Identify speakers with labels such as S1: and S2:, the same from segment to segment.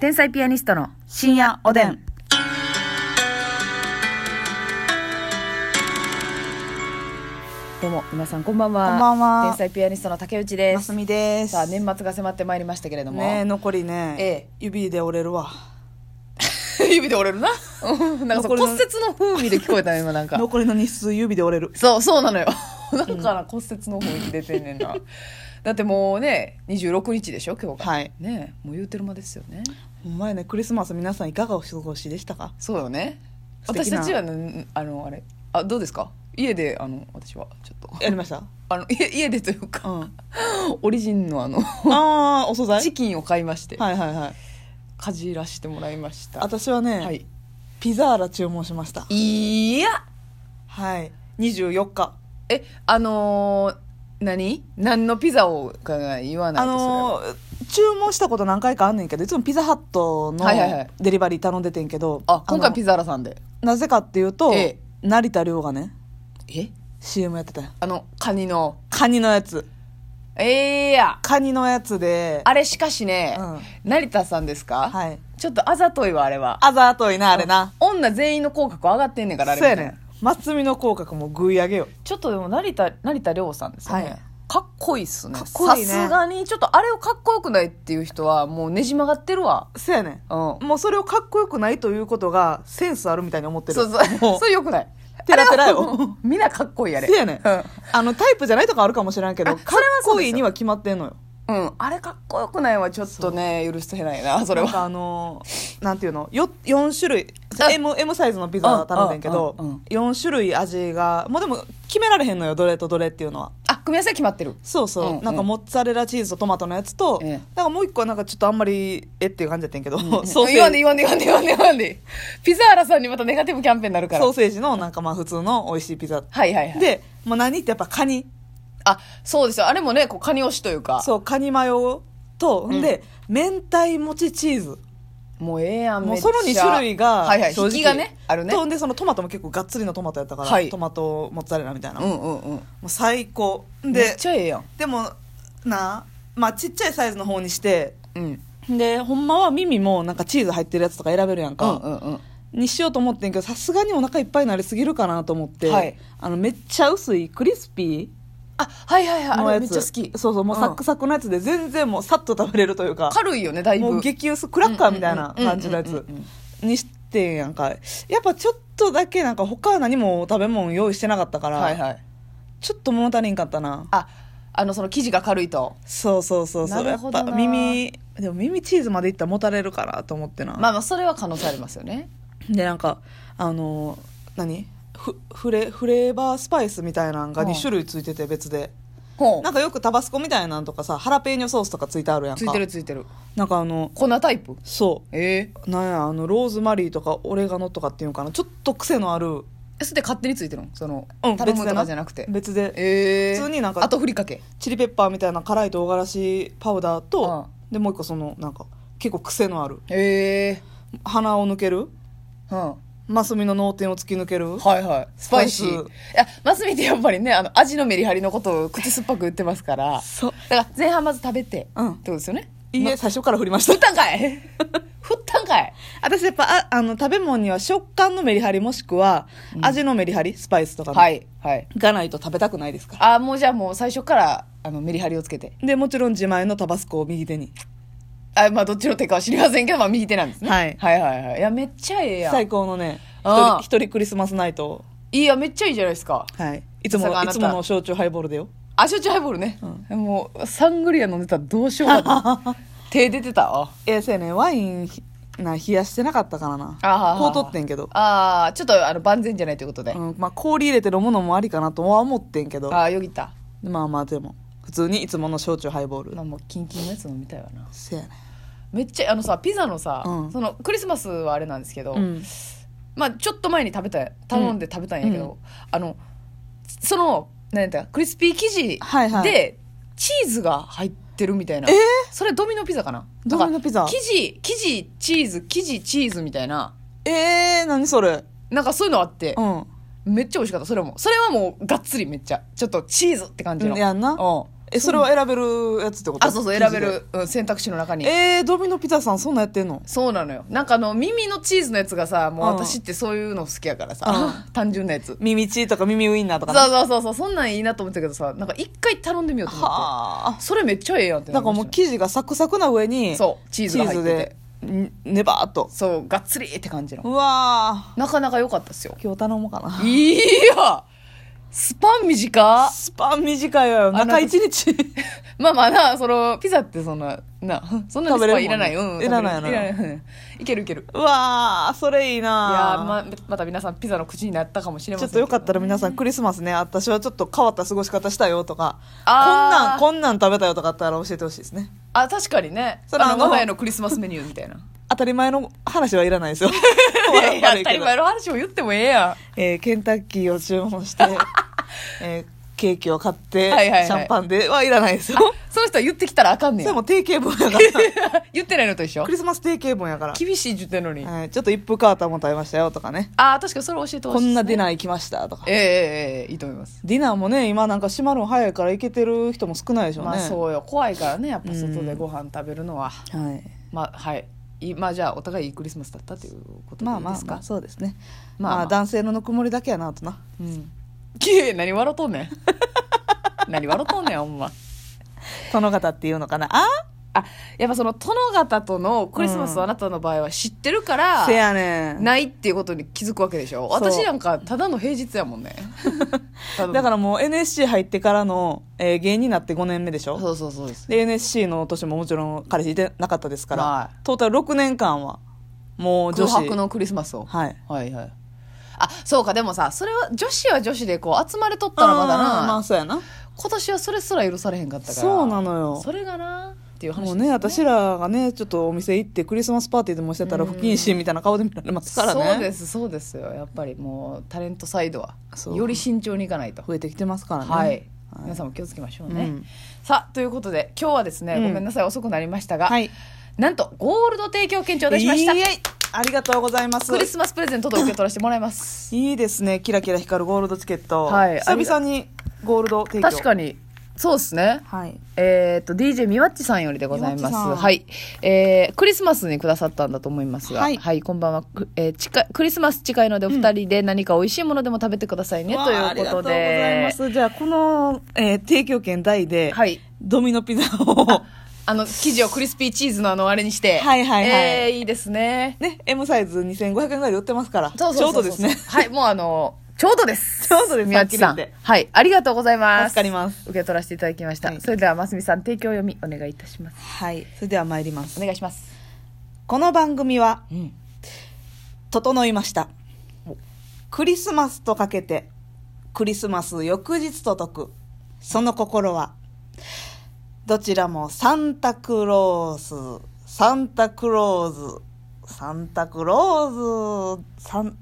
S1: 天才ピアニストの
S2: 深夜おでん。
S1: どうも皆さんこんばんは
S2: こんばんは
S1: 天才ピアニストの竹内で
S2: ますすみです。
S1: さあ年末が迫ってまいりましたけれども、
S2: ねえ、残りね、
S1: ええ
S2: 指で折れるわ。
S1: 指で折れるなうんなんかそう
S2: 残りの
S1: 骨折の風味で聞こえたね今なんか
S2: 残りの日数指で折れる。
S1: そうそうなのよなんかな骨折の雰囲気出てんねんなだってもうね26日でしょ今日が
S2: はい
S1: ねえもう言うてる間ですよね
S2: お前ね、クリスマス皆さんいかがお過ごしでしたか
S1: そうよね
S2: 素
S1: 私
S2: 敵な
S1: たちはねあのあれあどうですか家であの私はちょっと
S2: やり ました
S1: あの家家でという
S2: う
S1: か、
S2: ん。あ
S1: オリジンのあの
S2: あー、お素材
S1: チキンを買いまして、
S2: はいはいはい。
S1: かじらしてもらいました
S2: 私はね、
S1: はい
S2: ピザーラ注文しました。
S1: いや
S2: はい。24日。
S1: えあのー、何何のピザをかが言わない
S2: あ
S1: とそれは
S2: のー注文したこと何回かあんねんけどいつもピザハットの
S1: はいはいはい
S2: デリバリー頼んでてんけど、
S1: あ今回ピ
S2: ザ
S1: ザーラさんで
S2: なぜかっていうと、
S1: え
S2: 成田凌がね
S1: え
S2: CM やってたよ
S1: あのカニの
S2: カニのやつ
S1: ええや
S2: カニのやつで
S1: あれしかしね、成田さんですか、
S2: はい
S1: ちょっとあざといわあれは
S2: あざといなあれな
S1: 女全員の口角上がってんねんからあれ
S2: そうやねん松見の口角もぐい上げよ
S1: ちょっとでも成田成田凌さんですよね、
S2: はい
S1: かっこいいっすね
S2: かっこいいね
S1: さすがにちょっとあれをかっこよくないっていう人はもうねじ曲がってるわ
S2: そうやね
S1: うん
S2: んもうそれをかっこよくないということがセンスあるみたいに思ってる
S1: そうそう
S2: もう
S1: それよくない
S2: てらてらよ
S1: あれはもうみんなかっこいいあれ
S2: そうやねん
S1: うん
S2: あのタイプじゃないとかあるかもしれんけど
S1: あ
S2: かっ
S1: それはそう
S2: こ
S1: ですよ
S2: いいには決まってんのよ
S1: うん、あれかっこよくないはちょっとね許してないなそれ
S2: なん
S1: は
S2: かあのーなんていうのよ4種類
S1: あ
S2: M, M サイズのピザ頼んでんけど
S1: うんうんうん
S2: 4種類味がもうでも決められへんのよどれとどれっていうのは
S1: あ組み合わせは決まってる
S2: そうそう、
S1: うんうん
S2: なんかモッツァレラチーズとトマトのやつと、
S1: ええ
S2: なんかもう一個はなんかちょっとあんまりえっていう感じやったんやけど、 ソーセ
S1: 言わんで
S2: ージ
S1: 言わんで言わんで言わんで言わんでピザーラさんにまたネガティブキャンペーンになるから
S2: ソーセージのなんかまあ普通の美味しいピザ、
S1: はいはいはい
S2: でもう何ってやっぱカニ
S1: あそうですよあれもねこうカニ推しというか
S2: そうカニマヨと、
S1: ん
S2: ん、で明太もちチーズ
S1: もうええやん
S2: も
S1: めっ
S2: う
S1: ち
S2: そ
S1: ゃ
S2: の2種類が
S1: はいはい
S2: 正直
S1: 引きがねあるね
S2: とでそのトマトも結構がっつりのトマトやったから、
S1: はい
S2: トマトモッツァレラみたいな、
S1: う
S2: も
S1: んうんうん
S2: う最高
S1: めっ
S2: で
S1: ちゃええやん
S2: でもなまあちっちゃいサイズの方にして
S1: うん
S2: でほんまは耳もなんかチーズ入ってるやつとか選べるやん
S1: う
S2: か、
S1: んうんうん
S2: にしようと思ってんけどさすがにお腹いっぱいになりすぎるかなと思って、
S1: はい
S2: あのめっちゃ薄いクリスピ
S1: あはいはい
S2: ー
S1: はい
S2: の
S1: あれ
S2: やつ
S1: めっちゃ好き
S2: そうそうもうサックサクのやつで全然もうさっと食べれるというか、
S1: 軽いよねだいぶ
S2: もう激薄クラッカーみたい
S1: うん
S2: な
S1: うんうんうん
S2: 感じのや
S1: うんうん
S2: つ
S1: うん
S2: にしてんやんかやっぱちょっとだけなんか他何も食べ物用意してなかったから、
S1: はいはい
S2: ちょっと物足りんかったな
S1: ああのその生地が軽いと
S2: そうそうそうそう
S1: な
S2: や
S1: る
S2: っ
S1: ほどな
S2: ぱ耳でも耳チーズまでいったらもたれるからと思ってな、
S1: まあまあそれは可能性ありますよね
S2: でなんかあのー何フフレフレーバースパイスみたいなのが
S1: うん
S2: 2種類ついてて別で、
S1: ほう
S2: なんかよくタバスコみたいなんとかさハラペーニョソースとかついてあるやんか
S1: ついてるついてる
S2: なんかあの
S1: 粉タイプ
S2: そ
S1: ええ
S2: うなんやあのローズマリーとかオレガノとかっていうのかなちょっと癖のある、
S1: えそれで勝手についてるのその、
S2: うん、
S1: 頼む
S2: で
S1: とかじゃなくて
S2: 別で
S1: ええ
S2: 普通になんか
S1: あとふりかけ
S2: チリペッパーみたいな辛い唐辛子パウダーと、でもう一個そのなんか結構癖のある
S1: ええ
S2: 鼻を抜ける
S1: うん、
S2: マスミの脳天を突き抜ける
S1: はいはいスパイシ
S2: ス
S1: ーい
S2: パイ
S1: やマスミってやっぱりねあの味のメリハリのことを口酸っぱく言ってますから
S2: そう
S1: だから前半まず食べて、
S2: うん
S1: ってことですよね
S2: いいえ最初から振りました
S1: 振ったんか い振ったんかい
S2: 私やっぱああの食べ物には食感のメリハリもしくは味のメリハリ、スパイスとかの
S1: はいはい
S2: がないと食べたくないですから
S1: あもうじゃあもう最初からあのメリハリをつけて
S2: でもちろん自前のタバスコを右手に
S1: あまあどっちの手かは知りませんけど、まあ、右手なんですね、
S2: はい
S1: はいはいはいいやめっちゃええやん
S2: 最高のね一
S1: あ
S2: 人
S1: あ
S2: 一人クリスマスナイトを
S1: いやめっちゃいいじゃないですか
S2: はいいつも
S1: まさかあ
S2: い
S1: なた
S2: つもの焼酎ハイボールでよ
S1: あ焼酎ハイボールね、もうサングリア飲んでたらどうしようか な手出てたわ
S2: ええせやねワインひな冷やしてなかったからな
S1: あー
S2: こう取ってんけど、
S1: ああちょっとあの万全じゃないということで、
S2: うんまあ、氷入れて飲むのもありかなとは思ってんけど
S1: ああよぎった、
S2: まあまあでも普通にいつもの焼酎ハイボール
S1: まあ、もうキンキンのやつ飲みたいわな
S2: せやね
S1: めっちゃあのさピザのさ、
S2: うん
S1: そのクリスマスはあれなんですけど、
S2: うん
S1: まあちょっと前に食べた頼んで食べたんやけど、
S2: う
S1: あのそのなんやったクリスピー生地
S2: はいはい
S1: でチーズが入ってるみたいな、
S2: えー
S1: それドミノピザかな
S2: ドミノピザ
S1: なんか生地生地チーズ生地チーズみたいな
S2: えー、何それ
S1: なんかそういうのあって
S2: う、ん
S1: めっちゃ美味しかったそれもそれはもうがっつりめっちゃちょっとチーズって感じの
S2: やんな
S1: う
S2: えそれは選べるやつってこと
S1: あそうそう選べる、うん、選択肢の中に
S2: えー、ドミノピザさんそんなんやってんの
S1: そうなのよなんかあの耳のチーズのやつがさもう
S2: うん
S1: 私ってそういうの好きやからさ、単純なやつ
S2: 耳チーとか耳ウインナーと
S1: そ
S2: か
S1: う
S2: な
S1: そうそうそうそんなんいいなと思ってたけどさなんか一回頼んでみようと思っ
S2: はあ
S1: てそれめっちゃええやんって
S2: なん
S1: り
S2: か
S1: ま
S2: も
S1: し
S2: う
S1: たね
S2: 生地がサクサクな上に
S1: そうチーズが入ってて
S2: でんねばーっと
S1: そうがっつりって感じの
S2: うわ
S1: なかなか良かったっすよ
S2: ー今日頼もうかない
S1: いやスパン短っ
S2: スパン短いわよ
S1: あなんか
S2: 中 一日
S1: まあまあなそのピザってそんななそんなにスパンいらない、
S2: 食べれるもん
S1: うん
S2: ねいらない
S1: 食べれるいらないうんいけるいける
S2: うわーそれいい
S1: いやー
S2: な
S1: ままた皆さんピザの口になったかもしれま
S2: ち
S1: せ
S2: ょ
S1: ん
S2: っとよかったら皆さんクリスマスね私はちょっと変わった過ごし方したよとかこんな
S1: あー
S2: んこんなん食べたよとかあったら教えてほしいですね
S1: あ確かにね
S2: それ
S1: あの
S2: あの
S1: 我が家のクリスマスメニュー みたいな
S2: 当たり前の話はいらないですよ
S1: いや
S2: 悪
S1: 当
S2: い
S1: た
S2: け
S1: り
S2: ど
S1: 前の話を言ってもええや
S2: えーケンタッキーを注 文して、えーケーキを買って、
S1: はいはいはい
S2: シャンパンではいらないですよ
S1: んあ その人は言ってきたらあかんね
S2: そ
S1: ん
S2: れも定型文やから
S1: 言ってないのと一緒
S2: クリスマス定型文やから、
S1: 厳しいって言ってんのに、
S2: はいちょっと一風変わったもん食べましたよとかね
S1: ああ確かにそれ教えてほし
S2: こ
S1: い
S2: んなディ
S1: ー
S2: ナー行きましたとか
S1: ええええええいいと思います
S2: ディナーもね今なんか閉まるの早いから行けてる人も少ないでしょうね、
S1: まあそうよ怖いからねやっぱ外で
S2: うん
S1: ご飯食べるのは、
S2: はい、
S1: まあはいいまあじゃあお互いいいクリスマスだったということでい
S2: まあ
S1: い
S2: ま
S1: で
S2: あ
S1: すか、
S2: まあそうですね
S1: ま
S2: ま
S1: あ
S2: あ、
S1: まあ
S2: 男性のぬくもりだけやなあとな
S1: うんきれい何笑うとんねん 何笑うとんねんほんま
S2: 殿方っていうのかなあ
S1: あやっぱその殿方とのクリスマス
S2: う
S1: を
S2: ん
S1: あなたの場合は知ってるから、
S2: せやねん
S1: ないっていうことに気づくわけでしょ
S2: そう
S1: 私なんかただの平日やも んねたの
S2: だからもう NSC 入ってからの、えー芸人になって5年目でしょ
S1: そうそうそうです
S2: で NSC の年ももちろん彼氏いてなかったですから、
S1: は
S2: トータル6年間はもう女
S1: 空
S2: 子
S1: 白のクリスマスを
S2: はい
S1: はいはいあそうかでもさそれは女子は女子でこう集まれとったらまだ
S2: うんまあ
S1: な
S2: そうやな
S1: 今年はそれすら許されへんかったから
S2: そうなのよ
S1: それがなっていう話
S2: もう
S1: です
S2: ね
S1: よ
S2: 私らがねちょっとお店行ってクリスマスパーティーでもしてたら不謹慎みたいな顔で見られますからね
S1: そうですそうですよやっぱりもうタレントサイドは
S2: そう
S1: より慎重にいかないと
S2: 増えてきてますからね
S1: はい、皆さんも気をつけましょうね、
S2: うん
S1: さあということで今日はですね、
S2: うん
S1: ごめんなさい遅くなりましたが、
S2: はい
S1: なんとゴールド提供券頂戴しました
S2: いえいえありがとうございます
S1: クリスマスプレゼントと受け取らせてもらいます
S2: いいですねキラキラ光るゴールドチケット、
S1: はい
S2: 久々にゴールド提供
S1: 確かにそうですね
S2: はい
S1: えっと DJ みわっちさんよりでござい
S2: みわ
S1: ます
S2: っちさん
S1: はい、えークリスマスにくださったんだと思いますがは、
S2: はいい
S1: こんばんは、くえー近いクリスマス近いのでお二人で何か美味しいものでも食べてくださいね、
S2: わ
S1: と
S2: ああ
S1: い
S2: り
S1: う
S2: が
S1: ことと
S2: うござい
S1: で
S2: ますじゃあこの、えー提供券代で、
S1: はい
S2: ドミノピザを
S1: あの生地をクリスピーチーズのあのあれにして
S2: はいはいはい
S1: えーいいですね
S2: ね、M サイズ2500円ぐらいで売ってますから。
S1: そうそうそう
S2: ち
S1: そう
S2: ょうどですね。
S1: はいもうあのちょうどです
S2: ちょうどです
S1: 宮地さ
S2: はっきり言っ
S1: ん
S2: て
S1: はいありがとうございます
S2: 助かります
S1: 受け取らせていただきました、
S2: はい
S1: それではますみさん提供読みお願いいたします
S2: はい。それでは参ります
S1: お。願いします
S2: この番組は、
S1: うん
S2: 整いました
S1: お。
S2: クリスマスとかけて、クリスマス翌日と解く。その心は、どちらもサンタクロース、サンタクローズ、サンタクローズ、サン、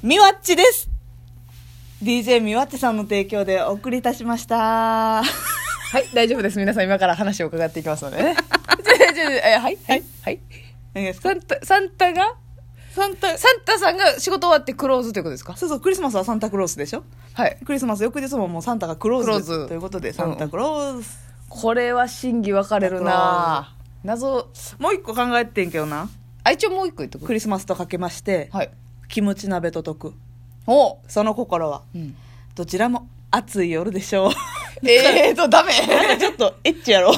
S2: みわっちです DJ みわっちさんの提供でお送りいたしました。
S1: はい大丈夫です皆さん今から話を伺っていきますので ねじゃあじゃあじゃあえはいはいはい
S2: 何ですか
S1: サンタサンタが
S2: サンタ
S1: サンタさんが仕事終わってクローズということですか
S2: そうそうクリスマスはサンタクロースでしょ
S1: はい
S2: クリスマス翌日ももうサンタがクローズ
S1: クローズ
S2: ということでサンタクロース、
S1: これは真偽分かれるな謎
S2: もう一個考えてんけどな
S1: あ一応もう一個言っと
S2: ク
S1: く
S2: リスマスとかけまして、
S1: はい
S2: キムチ鍋と解く
S1: おう
S2: その心は
S1: うん
S2: どちらも暑い夜でしょう
S1: えーと、ダメ。
S2: なんかちょっとエッチやろ
S1: い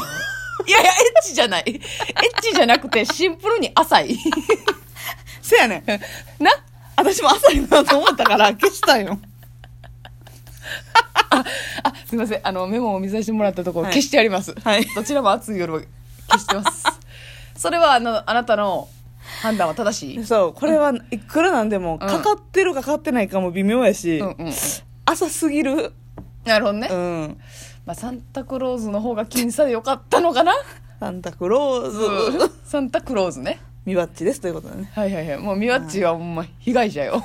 S1: やいや、エッチじゃない。エッチじゃなくて、シンプルに浅 い。
S2: せやねん
S1: な
S2: 私も朝になと思った から消したんよ
S1: あ、すいません。あの、メモを見させてもらったところ、
S2: はい
S1: 消してあります。
S2: はい
S1: どちらも暑い夜は消してます。それは、あの、あなたの判断は正しい。うん
S2: そうこれはいくらなんでもかかってるかかってないかも微妙やし、
S1: うんうん。
S2: 朝すぎる
S1: なるほどね
S2: う。ん
S1: まあ、サンタクローズの方が僅差でよかったのかな
S2: サンタクローズ、
S1: サンタクローズね。
S2: ミバッチですということでね
S1: はいはいはい。もう、ミワッチはほんま被害 者よ。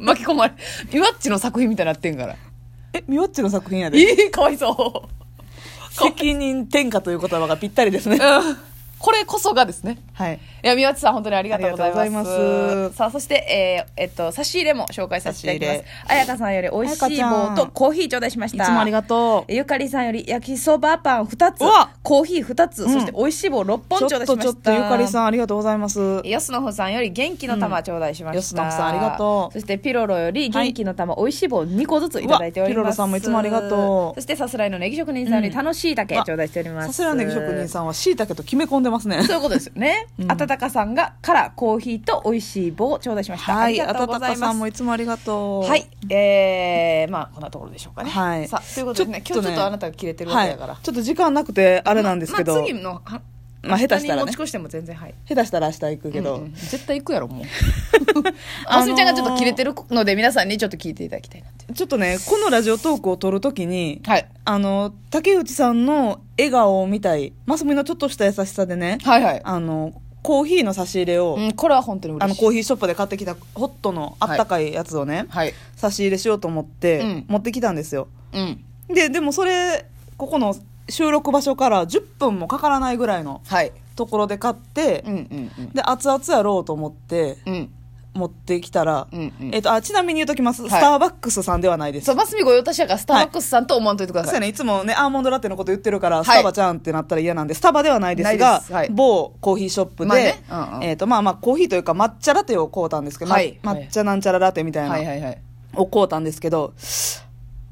S1: 巻き込まれ。ミワッチの作品みたいになってんから。
S2: えミワッチの作品やで
S1: ええかわいそう。
S2: 責任転嫁という言葉がぴったりですね
S1: うんこれこそがですね
S2: はい。
S1: いや宮内さん本当にありがとうございます
S2: ありがとうございます
S1: さあそして、えーえっと、差し入れも紹介させていただきま
S2: 差し
S1: す彩香さんより美味しい
S2: 彩香ちゃ
S1: 棒
S2: ん
S1: とコーヒー頂戴しまし
S2: い
S1: た
S2: つもありがとう。
S1: ゆかりさんより焼きそばパン2つ
S2: うわ
S1: コーヒー2つ、
S2: うん
S1: そして美味しい棒6本
S2: ち
S1: 頂
S2: ょ
S1: 戴
S2: っ
S1: し
S2: と
S1: ま
S2: ちょっ
S1: した
S2: とゆかりさんありがとうございます。は
S1: よすのほさんより元気の玉頂戴しました、
S2: うんよすのほさんありがとう
S1: そしてピロロより元気の玉、美味しい棒2個ずついただいております
S2: うわピロロさんもいつもありがとう
S1: そしてさすらいのネギ職人さんより楽しいだけ頂戴しております
S2: さすがネギ職人さんは椎茸と決め込んでます ね。
S1: そういうことですよね。
S2: うん
S1: あたたかさんがからコーヒーと美味しい棒を頂戴しました。
S2: はい、
S1: あり
S2: あ
S1: がと
S2: た
S1: うご
S2: た
S1: ざ
S2: か
S1: いま
S2: さ
S1: す
S2: んもいつもありがとう。
S1: はい、えー、まあこんなところでしょうかね。
S2: はい
S1: さあということでね、
S2: ち
S1: 今
S2: ょっと
S1: 日ち
S2: ね
S1: ょっとあなたが切れてるわ
S2: は
S1: けだ
S2: い
S1: から。。
S2: ちょっと時間なくてあれなんですけど、
S1: まあ次のは
S2: まあ下手したらね
S1: 持ち越しても全然はい。
S2: 下手したら明日行くけど、
S1: うんうん絶対行くやろもう。
S2: あ
S1: あ
S2: のー
S1: すみちゃんがちょっと切れてるので皆さんにちょっと聞いていただきたいなって。
S2: ちょっとね、このラジオトークを撮るときに、
S1: はい。
S2: あの、竹内さんの笑顔を見たい、マスミのちょっとした優しさでね、
S1: はいはい。
S2: あの、コーヒーの差し入れを、
S1: うん、これは本当に
S2: あ
S1: 嬉
S2: の、
S1: しい。
S2: コーヒーショップで買ってきたホットのあったかいやつをね、
S1: はい。
S2: 差し入れしようと思って、
S1: うん
S2: 持ってきたんですよ。
S1: うん。
S2: で、でもそれ、ここの収録場所から10分もかからないぐらいの
S1: はい。
S2: ところで買って
S1: う、んうんうん。
S2: で、熱々やろうと思って、
S1: うん。
S2: 持ってきたら、
S1: うんうん
S2: えっと、あ、ちなみに言うときます、
S1: い
S2: スターバックスさんではないです
S1: そう、。ますみご用達やから、スターバックスさんと思わんといてくだ
S2: そう
S1: さ
S2: や
S1: い。
S2: ね、いつもね、アーモンドラテのこと言ってるから、
S1: い
S2: スタバちゃんってなったら嫌なんで、スタバではないです
S1: ない
S2: が、
S1: ですはい
S2: 某コーヒーショップで、
S1: まあねうんうん
S2: えっ、と、まあまあ、コーヒーというか、抹茶ラテを買うたんですけど、ま
S1: はい
S2: 抹茶なんちゃらラテみたいな、
S1: はいはいはい。
S2: を買うたんですけど、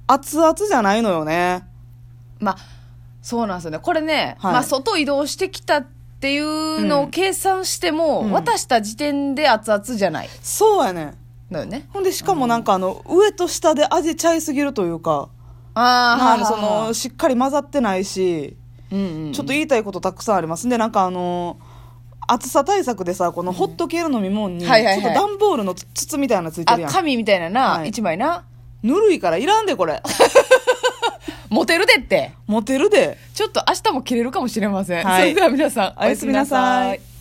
S2: 熱々じゃないのよね。
S1: まあ、そうなんですよね。これね、
S2: はい
S1: まあ、外移動してきたっていうの
S2: う
S1: を
S2: ん
S1: 計算しても、
S2: うん
S1: 渡した時点で熱々じゃない。
S2: そうやね。
S1: だよね。
S2: ほんで、しかもなんか、あの、上と下で味ちゃいすぎるというか、
S1: あ
S2: まああ
S1: ー
S2: の、その、、しっかり混ざってないし、
S1: うんうん、
S2: ちょっと言いたいことたくさんありますんで、なんかあの暑さ対策でさ、このホット系の飲み物に、
S1: うんはいはいはい
S2: ちょっと段ボールのつ筒みたいなのついて
S1: あ
S2: るやん。
S1: 紙みたいなな、
S2: はい
S1: 一、枚な。
S2: ぬるいからいらんで、 これ。
S1: モテるでって。
S2: モテるで。
S1: ちょっと明日も切れるかもしれません。
S2: はい
S1: それでは皆さん、
S2: おやすみなさい
S1: おやすみ